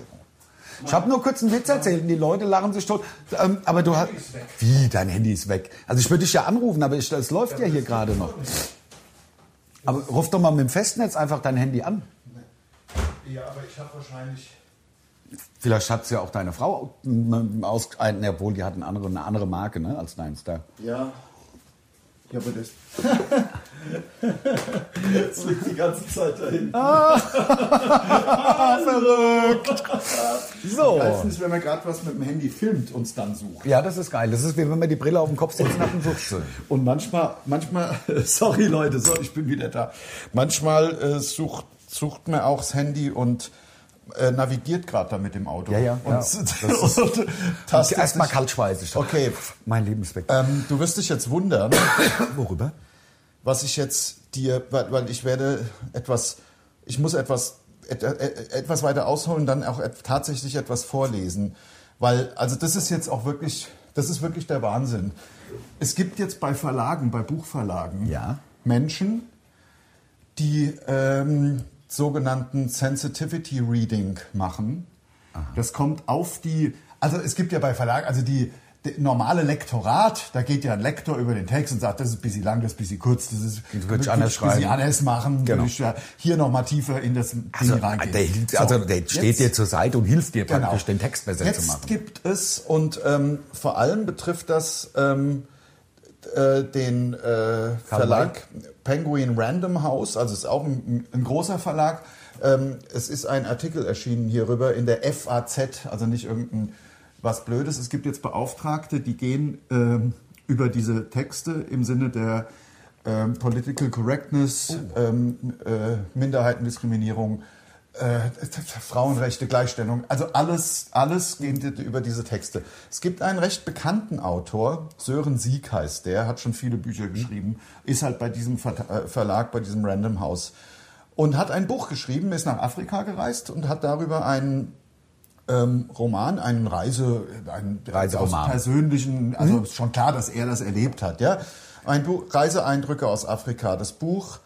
Ich habe nur kurz einen Witz erzählt und die Leute lachen sich tot. Ähm, aber du hast... Wie, dein Handy ist weg? Also ich würde dich ja anrufen, aber ich, es läuft ja hier gerade noch. Aber ruf doch mal mit dem Festnetz einfach dein Handy an. Ja, aber ich habe wahrscheinlich. Vielleicht hat es ja auch deine Frau aus, ein- obwohl die hat eine andere, eine andere Marke ne, als dein Star. Ja. Ja, aber das. Jetzt liegt die ganze Zeit dahin. Ah, Verrückt! So. Meistens, wenn man gerade was mit dem Handy filmt, uns dann sucht. Ja, das ist geil. Das ist wie wenn man die Brille auf den Kopf setzt nach dem Suchzel. Und manchmal, manchmal, sorry Leute, so, ich bin wieder da. Manchmal äh, sucht, sucht man auch das Handy und äh, navigiert gerade damit im Auto. Ja, ja, Und, ja. das Das ist, und tastet Erstmal sich- kaltschweißig. Okay. Mein Leben ist weg. Ähm, du wirst dich jetzt wundern, Äh, Worüber? was ich jetzt dir, weil, weil ich werde etwas, ich muss etwas, et, et, etwas weiter ausholen, dann auch et, tatsächlich etwas vorlesen. Weil, also das ist jetzt auch wirklich, das ist wirklich der Wahnsinn. Es gibt jetzt bei Verlagen, bei Buchverlagen, Ja. Menschen, die ähm, sogenannten Sensitivity Reading machen. Das kommt auf die, also es gibt ja bei Verlagen, also die, die normale Lektorat, da geht ja ein Lektor über den Text und sagt, das ist ein bisschen lang, das ist ein bisschen kurz, das ist Das würd würd ich anders ein bisschen schreiben. anders machen, Genau. würde ich ja hier nochmal tiefer in das Ding Also, reingehen. der, hilft, So, also, der steht jetzt- dir zur Seite und hilft dir Genau. praktisch, den Text besser Jetzt zu machen. gibt es, und ähm, vor allem betrifft das ähm, äh, den äh, Verlag Penguin Random House, also ist auch ein, ein großer Verlag. Ähm, es ist ein Artikel erschienen hierüber in der FAZ, also nicht irgendein was Blödes. Es gibt jetzt Beauftragte, die gehen ähm, über diese Texte im Sinne der ähm, Political Correctness, Oh. ähm, äh, Minderheitendiskriminierung, äh, Frauenrechte, Gleichstellung, also alles, alles geht über diese Texte. Es gibt einen recht bekannten Autor, Sören Sieg heißt der, hat schon viele Bücher geschrieben, ist halt bei diesem Ver äh, Verlag, bei diesem Random House und hat ein Buch geschrieben, ist nach Afrika gereist und hat darüber einen ähm, Roman, einen Reise, einen Reiseroman. aus persönlichen, also ist schon klar, dass er das erlebt hat, ja. Ein Buch, Reiseeindrücke aus Afrika. Das Buch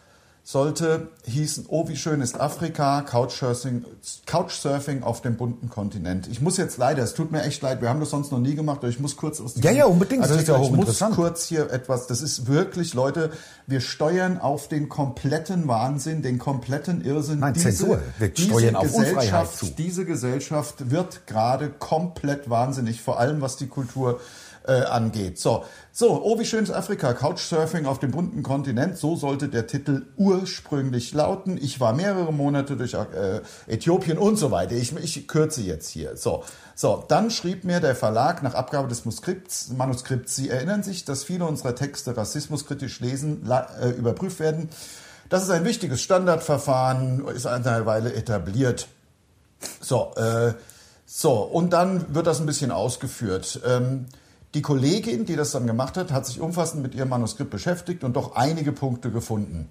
sollte hießen, oh, wie schön ist Afrika, Couchsurfing, Couchsurfing auf dem bunten Kontinent. Ich muss jetzt leider, es tut mir echt leid, wir haben das sonst noch nie gemacht, aber ich muss kurz aus diesem Ja, ja, unbedingt, Also das ist ja ich muss hochinteressant. kurz hier etwas, das ist wirklich, Leute, wir steuern auf den kompletten Wahnsinn, den kompletten Irrsinn. Nein, Zensur. Wir steuern auf Unfreiheit Gesellschaft, zu. diese Gesellschaft wird gerade komplett wahnsinnig, vor allem was die Kultur äh, angeht. So, so, oh wie schön ist Afrika, Couchsurfing auf dem bunten Kontinent, so sollte der Titel ursprünglich lauten. Ich war mehrere Monate durch äh, Äthiopien und so weiter. Ich, ich kürze jetzt hier. So, so, dann schrieb mir der Verlag nach Abgabe des Manuskripts, Manuskripts Sie erinnern sich, dass viele unserer Texte rassismuskritisch lesen, la, äh, überprüft werden. Das ist ein wichtiges Standardverfahren, ist mittlerweile etabliert. So, äh, so, und dann wird das ein bisschen ausgeführt. Ähm, die Kollegin, die das dann gemacht hat, hat sich umfassend mit ihrem Manuskript beschäftigt und doch einige Punkte gefunden.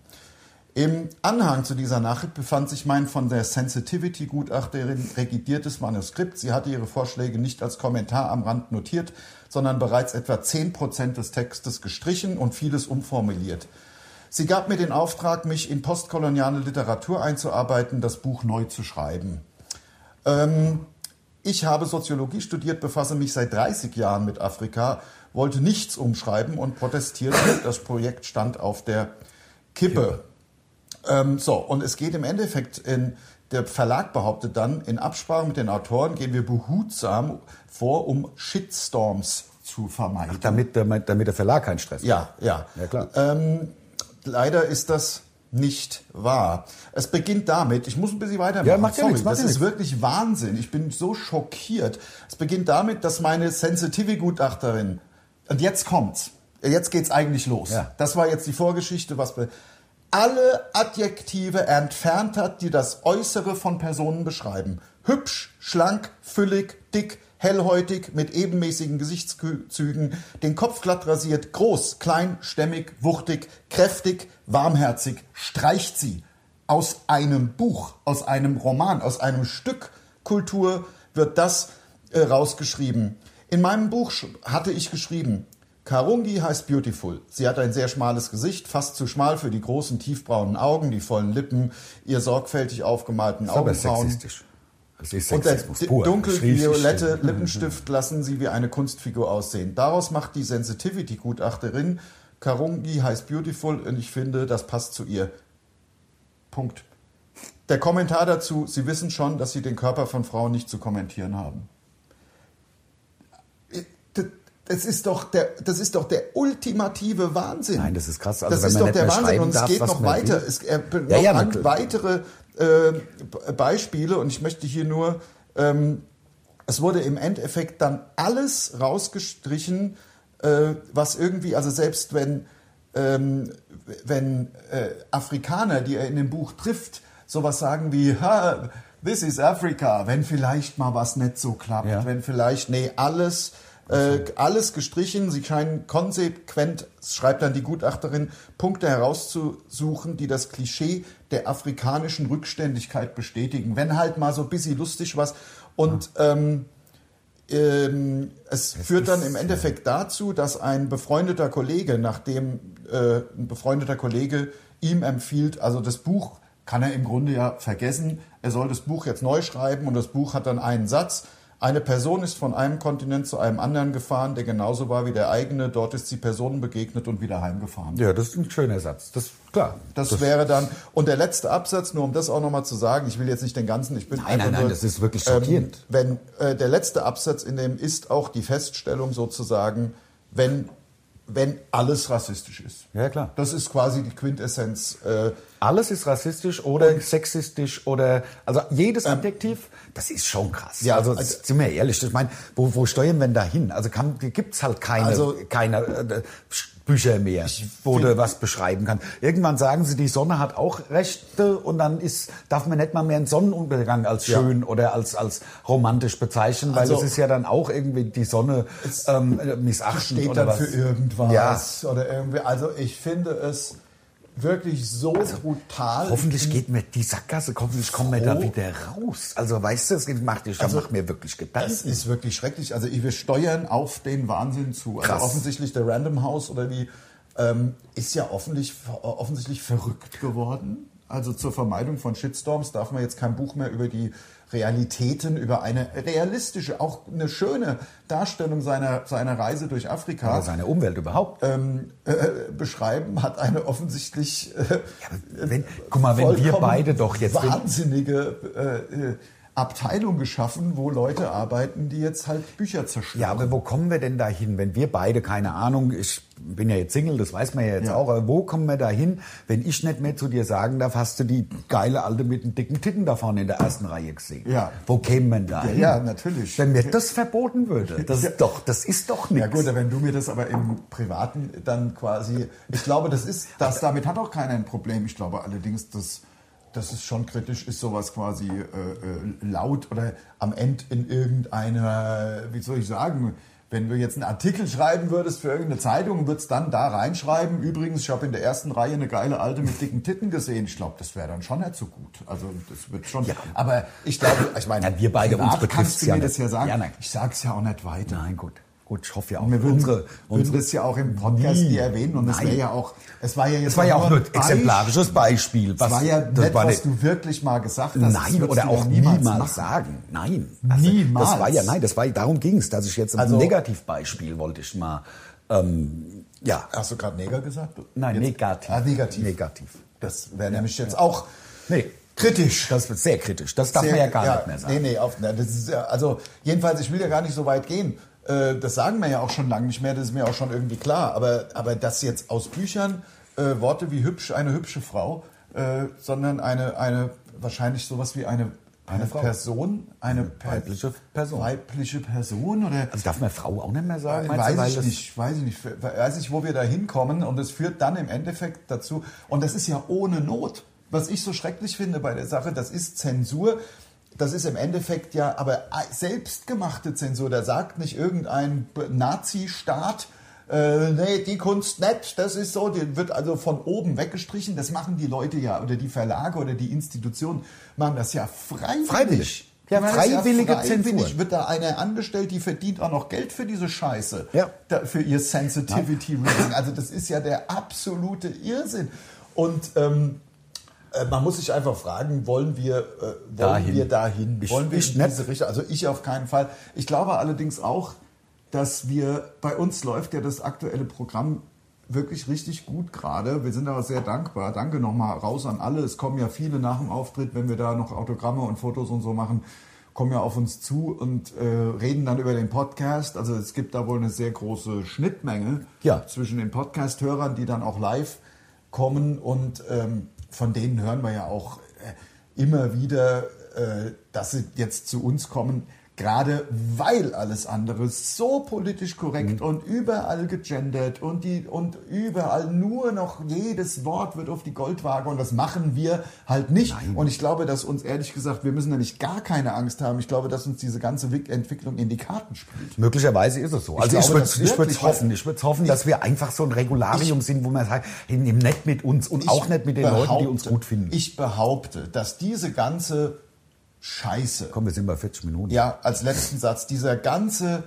Im Anhang zu dieser Nachricht befand sich mein von der Sensitivity-Gutachterin regidiertes Manuskript. Sie hatte ihre Vorschläge nicht als Kommentar am Rand notiert, sondern bereits etwa 10% des Textes gestrichen und vieles umformuliert. Sie gab mir den Auftrag, mich in postkoloniale Literatur einzuarbeiten, das Buch neu zu schreiben. Ähm, Ich habe Soziologie studiert, befasse mich seit 30 Jahren mit Afrika, wollte nichts umschreiben und protestierte. Das Projekt stand auf der Kippe. Ähm, so, und es geht im Endeffekt in. Der Verlag behauptet dann, in Absprache mit den Autoren gehen wir behutsam vor, um Shitstorms zu vermeiden. Damit, der- damit der Verlag keinen Stress hat. Ja, ja. Ja, klar. Ähm, leider ist das nicht wahr. Es beginnt damit, ich muss ein bisschen weitermachen. Ja, macht ja nichts, macht das ja ist nichts. wirklich Wahnsinn. Ich bin so schockiert. Es beginnt damit, dass meine Sensitivity-Gutachterin, und jetzt kommt's, jetzt geht's eigentlich los. Ja. Das war jetzt die Vorgeschichte, was be- alle Adjektive entfernt hat, die das Äußere von Personen beschreiben. Hübsch, schlank, füllig, dick, hellhäutig, mit ebenmäßigen Gesichtszügen, den Kopf glatt rasiert, groß, klein, stämmig, wuchtig, kräftig, warmherzig, streicht sie. Aus einem Buch, aus einem Roman, aus einem Stück Kultur wird das äh, rausgeschrieben. In meinem Buch sch- hatte ich geschrieben, Karungi heißt Beautiful. Sie hat ein sehr schmales Gesicht, fast zu schmal für die großen tiefbraunen Augen, die vollen Lippen, ihr sorgfältig aufgemalten Das ist aber Augenbrauen. sexistisch. Das ist Und der Sexismus d- pur. Mhm. Ich- dunkelviolette ich- Lippenstift lassen sie wie eine Kunstfigur aussehen. Daraus macht die Sensitivity-Gutachterin Karungi heißt Beautiful und ich finde, das passt zu ihr. Punkt. Der Kommentar dazu, Sie wissen schon, dass Sie den Körper von Frauen nicht zu kommentieren haben. Äh, Das ist doch der, das ist doch der ultimative Wahnsinn. Nein, das ist krass. Also das wenn ist man doch nicht der mehr Wahnsinn schreiben und es darf, geht was noch man weiter. will. Es, äh, Ja, noch ja, an, natürlich. weitere äh, Be- Beispiele und ich möchte hier nur, ähm, es wurde im Endeffekt dann alles rausgestrichen, äh, was irgendwie, also selbst wenn, ähm, wenn äh, Afrikaner, die er in dem Buch trifft, sowas sagen wie, ha, this is Africa, wenn vielleicht mal was nicht so klappt, Ja. wenn vielleicht, nee, alles, äh, alles gestrichen. Sie scheinen konsequent, schreibt dann die Gutachterin, Punkte herauszusuchen, die das Klischee der afrikanischen Rückständigkeit bestätigen. Wenn halt mal so ein bisschen lustig was. Und ähm, ähm, es führt dann im Endeffekt dazu, dass ein befreundeter Kollege, nachdem äh, ein befreundeter Kollege ihm empfiehlt, also das Buch kann er im Grunde ja vergessen, er soll das Buch jetzt neu schreiben und das Buch hat dann einen Satz. Eine Person ist von einem Kontinent zu einem anderen gefahren, der genauso war wie der eigene. Dort ist sie Personen begegnet und wieder heimgefahren. Ja, das ist ein schöner Satz. Das klar. Das, wäre dann. Und der letzte Absatz, nur um das auch nochmal zu sagen, ich will jetzt nicht den ganzen, ich bin Nein, nein, einfach nein, nur, das ist wirklich schockierend. wenn äh, der letzte Absatz in dem ist auch die Feststellung sozusagen, wenn, wenn alles rassistisch ist. Ja, klar. Das ist quasi die Quintessenz. Äh, Alles ist rassistisch oder sexistisch oder also jedes Adjektiv, das ist schon krass. Ähm, Ja, also, also- sind wir ehrlich, ich meine, wo, wo steuern wir denn da hin? Also kann- gibt's halt keine, Also- keine äh, Bücher mehr, wo du was beschreiben kannst. Irgendwann sagen sie, die Sonne hat auch Rechte und dann ist, darf man nicht mal mehr einen Sonnenuntergang als Ja. schön oder als, als romantisch bezeichnen, weil Also- es ist ja dann auch irgendwie die Sonne ähm, missachtend steht oder dann was. für irgendwas oder irgendwie. Also ich finde es wirklich so brutal. Also Hoffentlich geht mir die Sackgasse, hoffentlich kommen wir da Froh. wieder raus. Also weißt du, es macht ich also, mach mir wirklich Das Gedanken. ist wirklich schrecklich. Also wir steuern auf den Wahnsinn zu. Krass. Also offensichtlich der Random House oder wie ähm, ist ja offensichtlich, offensichtlich verrückt geworden. Also zur Vermeidung von Shitstorms darf man jetzt kein Buch mehr über die Realitäten, über eine realistische, auch eine schöne Darstellung seiner, seiner Reise durch Afrika Oder seine Umwelt überhaupt. äh, beschreiben, hat eine offensichtlich äh, wenn, guck mal, wenn wir vollkommen beide doch jetzt. wahnsinnige äh, äh, Abteilung geschaffen, wo Leute arbeiten, die jetzt halt Bücher zerstören. ja, aber wo kommen wir denn dahin, wenn wir beide, keine Ahnung, ich bin ja jetzt Single, das weiß man ja jetzt Ja. auch, aber wo kommen wir dahin, wenn ich nicht mehr zu dir sagen darf, hast du die geile Alte mit den dicken Titten da vorne in der ersten Reihe gesehen? Ja. Wo kämen wir denn dahin? Ja, ja, natürlich. Wenn mir das verboten würde, das ist doch, das ist doch nichts. Ja gut, wenn du mir das aber im Privaten dann quasi, ich glaube, das ist, das damit hat auch keiner ein Problem. Ich glaube allerdings, dass, dass es schon kritisch ist, sowas quasi äh, äh, laut oder am Ende in irgendeiner, wie soll ich sagen, wenn du jetzt einen Artikel schreiben würdest für irgendeine Zeitung, würdest dann da reinschreiben. Übrigens, ich habe in der ersten Reihe eine geile Alte mit dicken Titten gesehen. Ich glaube, das wäre dann schon nicht so gut. Also das wird schon. Aber ich glaube, ich meine, Ja, wir beide, uns privat betrifft's kannst du ja mir nicht. das ja sagen. Ja, nein. ich sage es ja auch nicht weiter. Nein, gut. Gut, ich hoffe ja auch. Und wir würden, unsere, würden unsere, das ja auch im Podcast nie erwähnen und es Nein. wäre ja auch, es war ja jetzt Das war ja auch nur ein ein Beispiel. exemplarisches Beispiel. Es war ja das nicht, war was nicht- du wirklich mal gesagt hast. Das Nein, würdest oder du auch doch niemals, machen. sagen. Nein. Also, Niemals. Das war ja, nein, das war, darum ging es, dass ich jetzt ein Also- Negativbeispiel wollte ich mal, ähm, ja. Hast du gerade Neger gesagt? Nein, Jetzt- negativ. Ah, negativ. Negativ. Das wäre nämlich jetzt auch Nee. kritisch. Das wird sehr kritisch. Das darf Sehr- man ja gar nicht mehr sagen. Nee, nee, auf, na, das ist ja, also jedenfalls, ich will ja gar nicht so weit gehen. Äh, das sagen wir ja auch schon lange nicht mehr, das ist mir auch schon irgendwie klar. Aber, aber dass jetzt aus Büchern äh, Worte wie hübsch, eine hübsche Frau, äh, sondern eine, eine wahrscheinlich sowas wie eine, eine, Frau. Person, eine per- weibliche Person. Weibliche Person oder Also darf man Frau auch nicht mehr sagen? meinst du, Äh, Weiß ich das- nicht, weiß ich nicht, weiß ich, wo wir da hinkommen und es führt dann im Endeffekt dazu, und das ist ja ohne Not, was ich so schrecklich finde bei der Sache, das ist Zensur, das ist im Endeffekt ja aber äh, selbstgemachte Zensur, da sagt nicht irgendein B- Nazi-Staat, äh, nee, die Kunst nicht, das ist so, die wird also von oben weggestrichen, das machen die Leute ja, oder die Verlage oder die Institutionen machen das ja freiwillig. Freiwillig. Ja, Die machen das freiwillige Zensur. Freiwillig wird da eine angestellt, die verdient auch noch Geld für diese Scheiße. Ja. Da, für ihr Sensitivity Reading. Also das ist ja der absolute Irrsinn. Und ähm, äh, man muss sich einfach fragen, wollen wir, äh, wollen Dahin. wir dahin? Ich- wollen wir ich in nicht. diese Richtung? Also ich auf keinen Fall. Ich glaube allerdings auch, dass wir, bei uns läuft ja das aktuelle Programm wirklich richtig gut gerade. Wir sind aber sehr dankbar. Danke nochmal raus an alle. Es kommen ja viele nach dem Auftritt, wenn wir da noch Autogramme und Fotos und so machen, kommen ja auf uns zu und äh, reden dann über den Podcast. Also es gibt da wohl eine sehr große Schnittmenge Ja. zwischen den Podcast-Hörern, die dann auch live kommen und ähm, von denen hören wir ja auch äh, immer wieder, äh, dass sie jetzt zu uns kommen, gerade weil alles andere so politisch korrekt und überall gegendert und die und überall nur noch jedes Wort wird auf die Goldwaage und das machen wir halt nicht und ich glaube, dass uns ehrlich gesagt, wir müssen nämlich gar keine Angst haben. Ich glaube, dass uns diese ganze Wick- Entwicklung in die Karten spielt. Möglicherweise ist es so. Also ich, würd's- glaube das ich würde wirklich, es hoffen. weil- Ich würde hoffen, dass wir einfach so ein Regularium sind, wo man sagt, hey, nimm nicht mit uns und auch nicht mit den Leuten, die uns behaupte- gut finden. Ich behaupte, dass diese ganze Scheiße, Komm, wir sind bei 40 Minuten. ja, als letzten Satz, dieser ganze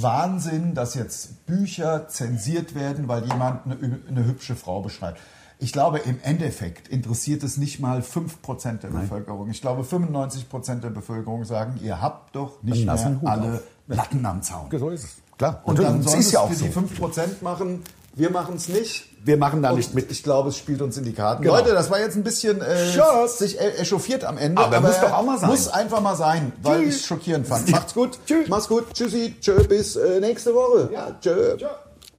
Wahnsinn, dass jetzt Bücher zensiert werden, weil jemand eine, ü- eine hübsche Frau beschreibt. Ich glaube, im Endeffekt interessiert es nicht mal 5% der Bevölkerung. Ich glaube, 95% der Bevölkerung sagen, ihr habt doch nicht Dann lass mehr den Hut alle auf. Latten am Zaun. so ist es. Klar. Und dann es sollen es ja für die 5% machen. Wir machen es nicht. Wir machen da Und nicht mit. Ich glaube, es spielt uns in die Karten. Genau. Leute, das war jetzt ein bisschen äh, Tschüss. sich e- echauffiert am Ende. Aber muss doch auch mal sein. Muss einfach mal sein, weil Tschüss. ich schockierend fand. Ja. Macht's gut. Tschüss. Macht's gut. Tschüssi. Tschö. Bis äh, nächste Woche. Ja. Tschö. Tschö.